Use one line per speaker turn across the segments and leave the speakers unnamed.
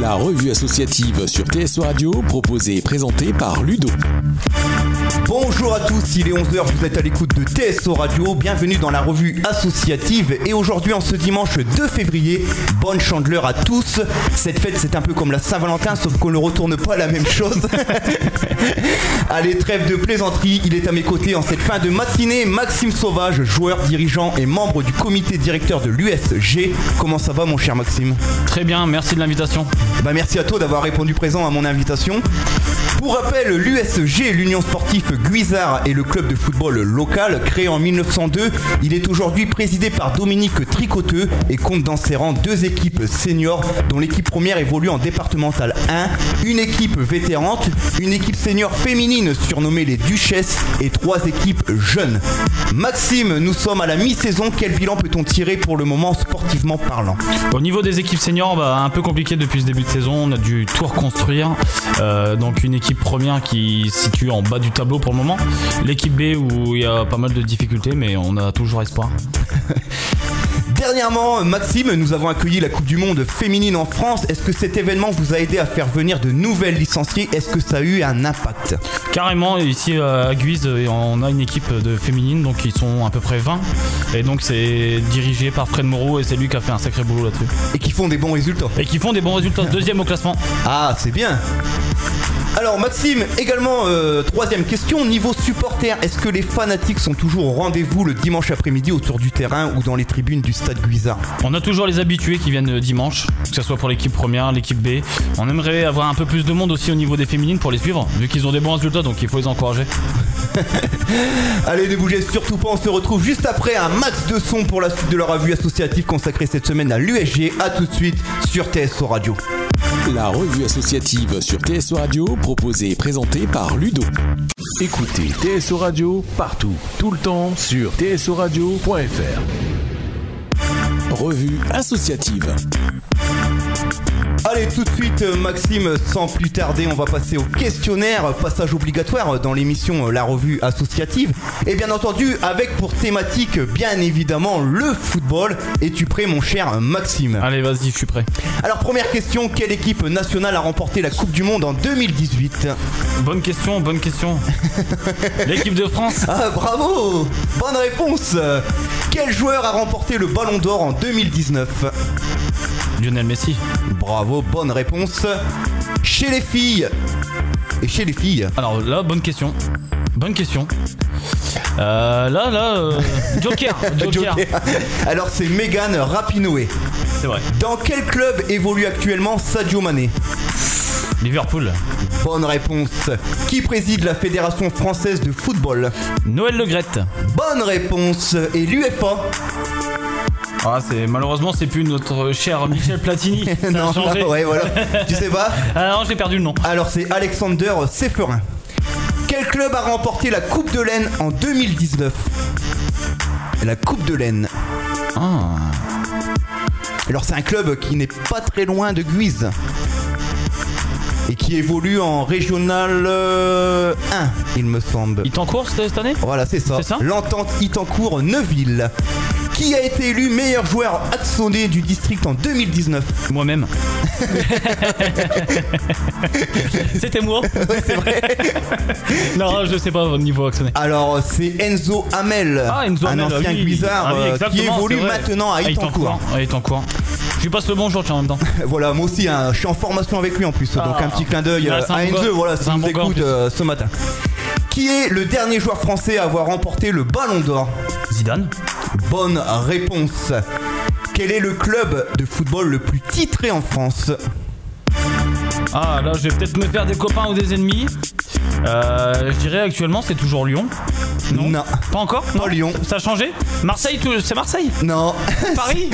la revue associative sur TSO Radio, proposée et présentée par Ludo.
Bonjour à tous, il est 11h, vous êtes à l'écoute de TSO Radio, bienvenue dans la revue associative et aujourd'hui en ce dimanche 2 février, bonne chandeleur à tous. Cette fête c'est un peu comme la Saint-Valentin sauf qu'on ne retourne pas à la même chose. Allez, trêve de plaisanterie, il est à mes côtés en cette fin de matinée, Maxime Sauvage, joueur, dirigeant et membre du comité directeur de l'USG. Comment ça va mon cher Maxime
Très bien, merci de l'invitation.
Bah merci à toi d'avoir répondu présent à mon invitation. Pour rappel, l'USG, l'Union sportive Guizard, est le club de football local créé en 1902. Il est aujourd'hui présidé par Dominique Tricoteux et compte dans ses rangs deux équipes seniors, dont l'équipe première évolue en départemental 1, une équipe vétérante, une équipe senior féminine surnommée les Duchesses et trois équipes jeunes. Maxime, nous sommes à la mi-saison. Quel bilan peut-on tirer pour le moment sportivement parlant
Au niveau des équipes seniors, bah, un peu compliqué depuis ce début de saison. On a dû tout reconstruire. Euh, donc une équipe première qui se situe en bas du tableau pour le moment. L'équipe B où il y a pas mal de difficultés, mais on a toujours espoir.
Dernièrement, Maxime, nous avons accueilli la Coupe du Monde féminine en France. Est-ce que cet événement vous a aidé à faire venir de nouvelles licenciées Est-ce que ça a eu un impact
Carrément, ici euh, à Guise, on a une équipe de féminines, donc ils sont à peu près 20. Et donc c'est dirigé par Fred Moreau et c'est lui qui a fait un sacré boulot là-dessus.
Et qui font des bons résultats
Et qui font des bons résultats, deuxième au classement.
Ah, c'est bien alors Maxime, également euh, troisième question, niveau supporter, est-ce que les fanatiques sont toujours au rendez-vous le dimanche après-midi autour du terrain ou dans les tribunes du stade Guizard
On a toujours les habitués qui viennent euh, dimanche, que ce soit pour l'équipe première, l'équipe B. On aimerait avoir un peu plus de monde aussi au niveau des féminines pour les suivre, vu qu'ils ont des bons résultats, donc il faut les encourager.
Allez, ne bougez surtout pas, on se retrouve juste après un max de son pour la suite de la revue associative consacrée cette semaine à l'USG. A tout de suite sur TSO Radio.
La revue associative sur TSO Radio, proposée et présentée par Ludo.
Écoutez TSO Radio partout, tout le temps sur tsoradio.fr.
Revue associative.
Allez, tout de suite, euh, Maxime, sans plus tarder, on va passer au questionnaire, passage obligatoire dans l'émission euh, La Revue Associative. Et bien entendu, avec pour thématique, bien évidemment, le football. Es-tu prêt, mon cher Maxime
Allez, vas-y, je suis prêt.
Alors, première question, quelle équipe nationale a remporté la Coupe du Monde en 2018
Bonne question, bonne question. l'équipe de France
Ah, bravo Bonne réponse Quel joueur a remporté le Ballon d'Or en 2019
Lionel Messi.
Bravo, bonne réponse. Chez les filles. Et chez les filles.
Alors là, bonne question. Bonne question. Euh, là, là, euh, Joker,
Joker.
Joker.
Alors c'est Megan Rapinoe.
C'est vrai.
Dans quel club évolue actuellement Sadio Mané
Liverpool.
Bonne réponse. Qui préside la Fédération française de football
Noël Legrette.
Bonne réponse. Et l'UFA
ah, c'est malheureusement c'est plus notre cher Michel Platini. Ça a
non,
changé.
ouais, voilà. tu sais pas
Ah non, j'ai perdu le nom.
Alors c'est Alexander Seferin. Quel club a remporté la Coupe de laine en 2019 La Coupe de laine.
Ah.
Alors c'est un club qui n'est pas très loin de Guise et qui évolue en régional euh, 1, il me semble.
Il t'en course euh, cette année
Voilà, c'est ça.
C'est ça
L'entente Itancourt Neuville. Qui a été élu meilleur joueur actionné du district en 2019
Moi-même. C'était moi.
C'est vrai.
Non, je sais pas votre niveau actionné.
Alors, c'est Enzo Hamel,
Ah, Enzo
un
Hamel,
ancien
oui.
Guisard
Ah oui,
euh, qui
exactement,
évolue
c'est vrai.
maintenant à
Ah, il t'en
Itancourt.
court. Ah, il t'en court. Je lui passe le bonjour, tiens, en même temps.
Voilà, moi aussi, hein, je suis en formation avec lui en plus.
Ah.
donc un petit clin d'œil
Ah,
euh,
c'est un
à
bon
Enzo,
gars.
voilà,
C'est
si
un
vous
bon gars, en
écoute
plus.
euh, ce matin. Qui est le dernier joueur français à avoir remporté le Ballon d'Or
Zidane.
Bonne réponse. Quel est le club de football le plus titré en France
Ah, là, je vais peut-être me faire des copains ou des ennemis. Euh, je dirais actuellement, c'est toujours Lyon.
Non.
Pas encore Non.
Lyon.
Ça a changé Marseille, tout- c'est Marseille
Non.
Paris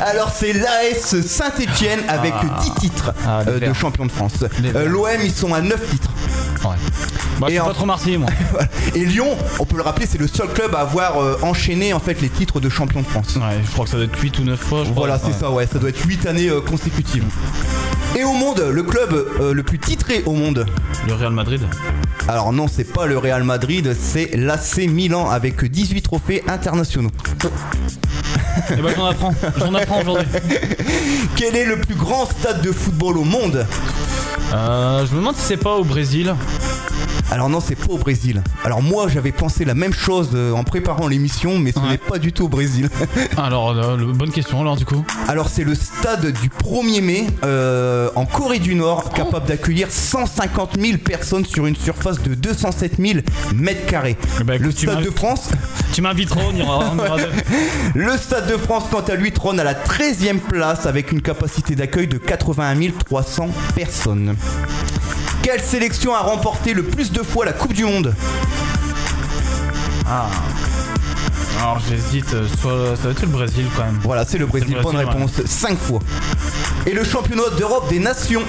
Alors c'est l'AS Saint-Étienne avec
Ah.
10 titres
Ah, les
euh, de
Verts.
champion de France.
Les Verts.
Euh, L'OM ils sont à 9 titres.
Ouais. Moi, Bah, je
Et
suis
en-
pas trop marseillais, moi.
Voilà. Et Lyon, on peut le rappeler, c'est le seul club à avoir euh, enchaîné en fait les titres de champion de France.
Ouais, je crois que ça doit être 8 ou 9 fois. je crois.
Voilà, c'est
Ouais.
ça, ouais, ça doit être 8 années euh, consécutives. Et au monde, le club euh, le plus titré au monde.
Le Real Madrid.
Alors non, c'est pas le Real Madrid, c'est l'AC Milan avec 18 trophées internationaux.
Et bah j'en apprends, j'en apprends aujourd'hui.
Quel est le plus grand stade de football au monde
Euh, je me demande si c'est pas au Brésil.
Alors non, c'est pas au Brésil. Alors moi, j'avais pensé la même chose euh, en préparant l'émission, mais ce
Ouais.
n'est pas du tout au Brésil.
Alors, euh, le- bonne question alors du coup.
Alors c'est le stade du 1er mai euh, en Corée du Nord, capable d'accueillir 150 000 personnes sur une surface de 207 000 mètres carrés.
Eh ben, écoute,
le
tu
stade
m'as-
de France,
Tu m'inviteras, on ira, on ira deux.
le stade de France quant à lui trône à la 13e place avec une capacité d'accueil de 81 300 personnes. Quelle sélection a remporté le plus de fois la Coupe du Monde
Ah. Alors j'hésite, euh, soit ça doit être le Brésil quand même.
Voilà, c'est le Brésil,
C'est le
bonne
Brésil,
réponse, 5 fois. Et le championnat d'Europe des nations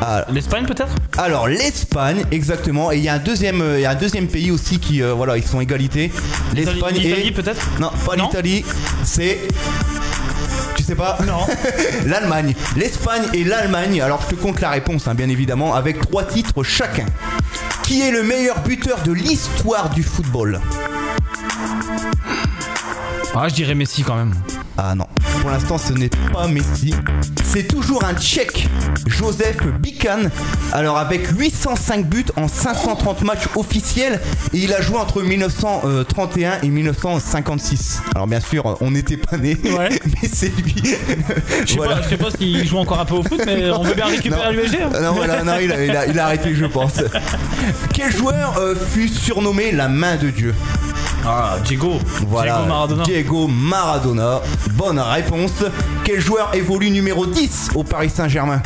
Ah,
L'Espagne peut-être
Alors l'Espagne exactement et il y a un deuxième euh, il y a un deuxième pays aussi qui euh, voilà ils sont égalité l'Espagne
L'Italie l'Italie,
et
peut-être
non pas
Non
l'Italie c'est tu sais pas
Non.
l'Allemagne l'Espagne et l'Allemagne alors je te compte la réponse hein, bien évidemment avec trois titres chacun qui est le meilleur buteur de l'histoire du football
Ah, je dirais Messi quand même.
Ah non. Pour l'instant, ce n'est pas Messi. C'est toujours un Tchèque, Joseph Bican. Alors avec 805 buts en 530 matchs officiels, et il a joué entre 1931 et 1956. Alors bien sûr, on n'était pas né,
Ouais.
mais c'est lui.
Je sais pas- je sais pas s'il joue encore un peu au foot, mais on veut bien récupérer l'USG. hein.
Non, voilà, non, il a, il a- il a arrêté, je pense. Quel joueur euh, fut surnommé la main de Dieu
Ah, Diego.
Voilà.
Diego Maradona.
Diego Maradona. Bonne réponse. Quel joueur évolue numéro 10 au Paris Saint-Germain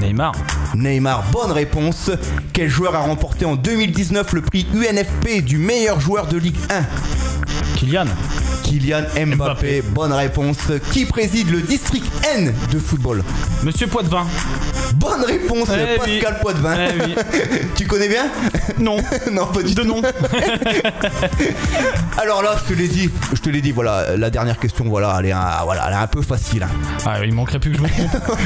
Neymar.
Neymar, bonne réponse. Quel joueur a remporté en 2019 le prix UNFP du meilleur joueur de Ligue 1
Kylian.
Kylian Mbappé,
Mbappé.
bonne réponse. Qui préside le district N de football
Monsieur Poitvin.
Bonne réponse,
Eh
Pascal
oui.
Poitvin.
Eh oui.
tu connais bien
Non.
Non, pas du
De
tout.
nom.
Alors là, je te l'ai dit, je te l'ai dit, voilà, la dernière question, voilà, elle est un, voilà, elle est un peu facile. hein.
Ah, il manquerait plus que je me trompe.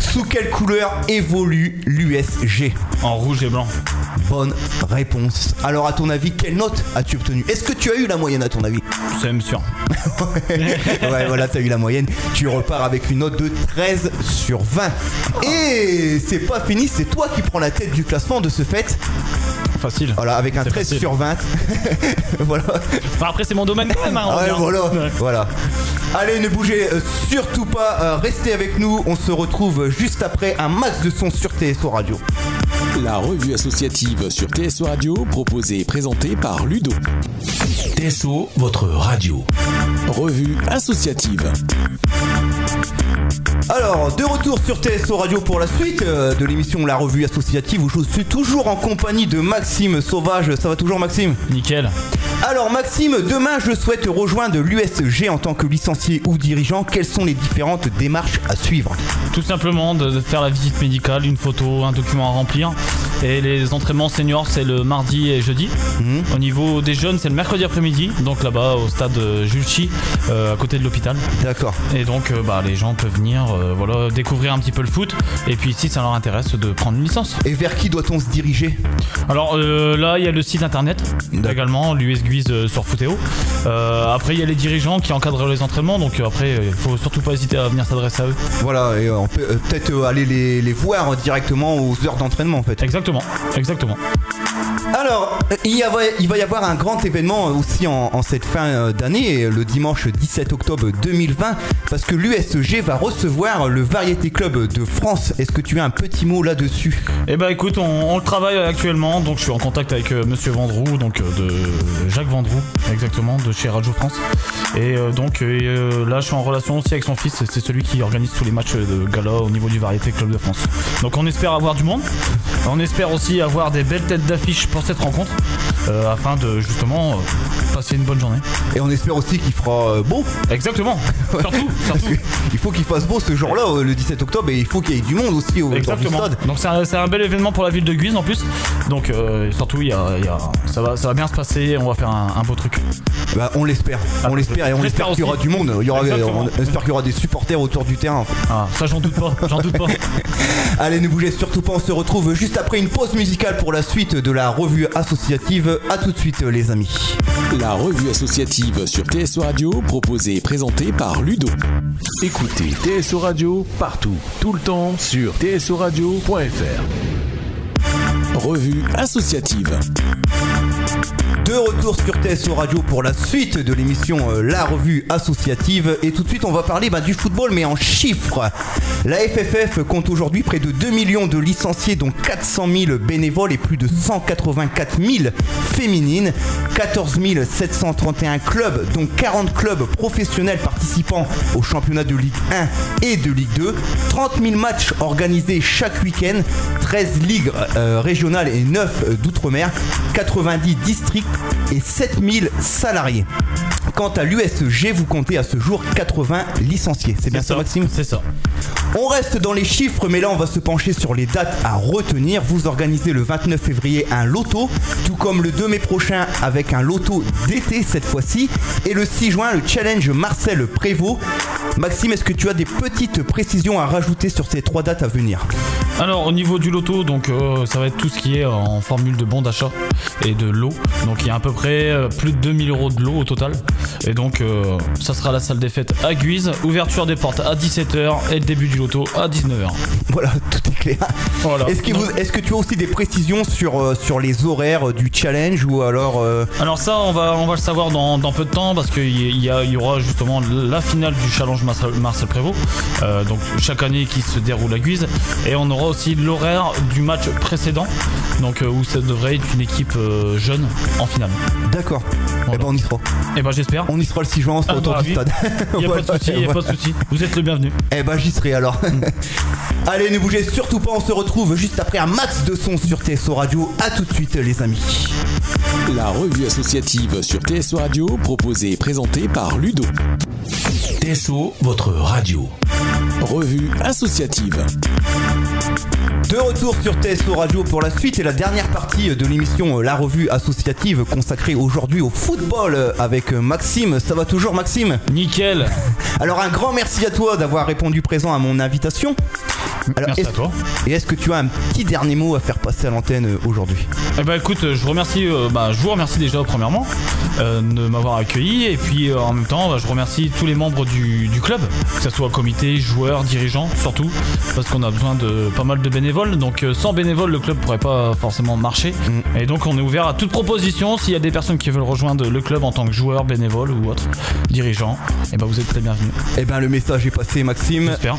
Sous quelle couleur évolue l'USG
En rouge et blanc.
Bonne réponse. Alors à ton avis, quelle note as-tu obtenue Est-ce que tu as eu la moyenne à ton avis
C'est même sûr.
ouais, voilà, t'as eu la moyenne. Tu repars avec une note de 13 sur 20. Et c'est pas fini, c'est toi qui prends la tête du classement de ce fait.
Facile.
Voilà, avec un
C'est
13
facile.
sur 20. voilà.
Enfin, après, c'est mon domaine quand même. hein, on
Ouais,
revient.
voilà.
Ouais.
voilà. Allez, ne bougez euh, surtout pas. euh, restez avec nous. On se retrouve euh, juste après un max de son sur TSO Radio.
La revue associative sur TSO Radio, proposée et présentée par Ludo.
TSO, votre radio.
Revue associative.
Alors, de retour sur TSO Radio pour la suite euh, de l'émission La Revue Associative où je suis toujours en compagnie de Maxime Sauvage. Ça va toujours, Maxime
Nickel.
Alors Maxime, demain je souhaite rejoindre l'USG en tant que licencié ou dirigeant. Quelles sont les différentes démarches à suivre
Tout simplement de de faire la visite médicale, une photo, un document à remplir. Et les entraînements seniors, c'est le mardi et jeudi.
Mhm.
Au niveau des jeunes, c'est le mercredi après-midi, donc là-bas au stade euh, Jules Chi, euh, à côté de l'hôpital.
D'accord.
Et donc, euh, bah, les gens peuvent venir, euh, voilà, découvrir un petit peu le foot. Et puis, si ça leur intéresse, de prendre une licence.
Et vers qui doit-on se diriger
Alors euh, là, il y a le site internet également, l'US Guise euh, sur Footéo. Euh, après, il y a les dirigeants qui encadrent les entraînements, donc euh, après, il faut surtout pas hésiter à venir s'adresser à eux.
Voilà, et euh, on peut euh, peut-être euh, aller les, les voir directement aux heures d'entraînement en fait.
Exactement, exactement.
Alors, euh, il, y avait- il va y avoir un grand événement aussi en, en cette fin euh, d'année, euh, le dimanche 17 octobre 2020, parce que l'USG va recevoir le Variété Club de France. Est-ce que tu as un petit mot là-dessus
Eh bah écoute, on, on le travaille actuellement, donc je suis en contact avec euh, Monsieur Vendroux, donc euh, de Jacques Vendroux, exactement, de chez Radio France. Et euh, donc euh, là, je suis en relation aussi avec son fils, c'est- c'est celui qui organise tous les matchs de gala au niveau du Variété Club de France. Donc on espère avoir du monde, on espère aussi avoir des belles têtes d'affiche pour cette rencontre, euh, afin de justement euh, passer une bonne journée.
Et on espère aussi qu'il fera euh, beau.
Exactement, surtout,
Parce que
surtout.
il faut qu'il fasse beau ce jour-là, euh, le 17 octobre, et il faut qu'il y ait du monde aussi au autour du
Exactement.
stade.
Donc c'est un, c'est un bel événement pour la ville de Guise en plus. Donc euh, surtout, il y a- il y a- ça, va, ça va bien se passer, on va faire un, un beau truc.
Bah, on l'espère, on l'espère, et on
j'espère
espère qu'il y aura
aussi.
du monde. Il y aura,
Exactement.
on espère qu'il y aura des supporters autour du terrain.
Ah, ça j'en doute pas, j'en doute pas.
Allez, ne bougez surtout pas, on se retrouve juste après une pause musicale pour la suite de la revue. revue associative. À tout de suite, les amis.
La revue associative sur TSO Radio, proposée et présentée par Ludo.
Écoutez TSO Radio partout, tout le temps sur tsoradio.fr.
Revue associative.
De retour sur TSO Radio pour la suite de l'émission euh, La Revue Associative. Et tout de suite, on va parler bah, du football, mais en chiffres. La FFF compte aujourd'hui près de 2 millions de licenciés, dont 400 000 bénévoles et plus de 184 000 féminines. 14 731 clubs, dont 40 clubs professionnels participant aux championnats de Ligue 1 et de Ligue 2. 30 000 matchs organisés chaque week-end. 13 ligues euh, régionales et 9 euh, d'outre-mer. 90 districts et 7000 salariés. Quant à l'USG, vous comptez à ce jour 80 licenciés. C'est bien ça, Maxime
C'est ça.
on reste dans les chiffres, mais là on va se pencher sur les dates à retenir. Vous organisez le 29 février un loto, tout comme le 2 mai prochain avec un loto d'été cette fois-ci, et le 6 juin le challenge Marcel Prévost. Maxime, est-ce que tu as des petites précisions à rajouter sur ces trois dates à venir
Alors au niveau du loto, donc euh, ça va être tout ce qui est en formule de bon d'achat et de lot. Donc il y a à peu près euh, plus de 2000 euros de lot au total. Et donc euh, ça sera la salle des fêtes à Guise, ouverture des portes à 17h et le début du loto à 19h.
Voilà, tout est clair.
Voilà.
Est-ce que, vous- est-ce que tu as aussi des précisions sur, euh, sur les horaires euh, du challenge ou alors euh,
Alors ça, on va, on va le savoir dans, dans peu de temps parce qu'il y, y a- il y aura justement la finale du challenge Marcel, Marcel Prévost, euh, donc chaque année qui se déroule à Guise, et on aura aussi l'horaire du match précédent, donc euh, où ça devrait être une équipe euh, jeune en finale.
D'accord. Eh
Voilà.
ben on y sera.
Et ben j'espère.
On y sera le 6 juin, on sera
Ah
autour
bah
du
oui.
stade.
Il y a pas
Voilà,
de souci, y a pas
voilà.
de souci. Vous êtes le bienvenu.
Eh ben j'y serai alors. Allez, ne bougez surtout pas, on se retrouve juste après un max de son sur TSO Radio. À tout de suite les amis.
La revue associative sur TSO Radio, proposée et présentée par Ludo.
TSO, votre radio.
Revue associative.
De retour sur TSO Radio pour la suite et la dernière partie de l'émission euh, La Revue Associative consacrée aujourd'hui au football euh, avec euh, Maxime. Ça va toujours Maxime
Nickel.
Alors un grand merci à toi d'avoir répondu présent à mon invitation. Alors,
Merci
est-ce-
à toi.
Et est-ce que tu as un petit dernier mot à faire passer à l'antenne euh, aujourd'hui
Eh ben écoute, euh, je vous remercie, euh, bah, je vous remercie déjà premièrement euh, de m'avoir accueilli et puis euh, en même temps, bah, je remercie tous les membres du, du club, que ce soit comité, joueurs, dirigeants, surtout parce qu'on a besoin de pas mal de bénévoles. Donc euh, sans bénévoles, le club pourrait pas forcément marcher. Et donc on est ouvert à toute proposition. S'il y a des personnes qui veulent rejoindre le club en tant que joueur, bénévole ou autre, dirigeant, et ben vous êtes très bienvenus.
Eh ben le message est passé Maxime.
J'espère.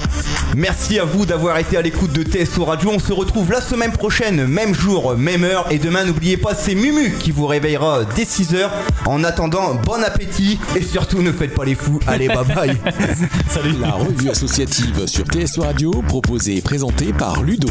Merci à vous d'avoir été à l'écoute de TSO Radio. On se retrouve la semaine prochaine, même jour, même heure. Et demain, n'oubliez pas, c'est Mumu qui vous réveillera dès 6h. En attendant, bon appétit et surtout ne faites pas les fous. Allez, bye bye.
Salut.
La revue associative sur TSO Radio, proposée et présentée par Ludo.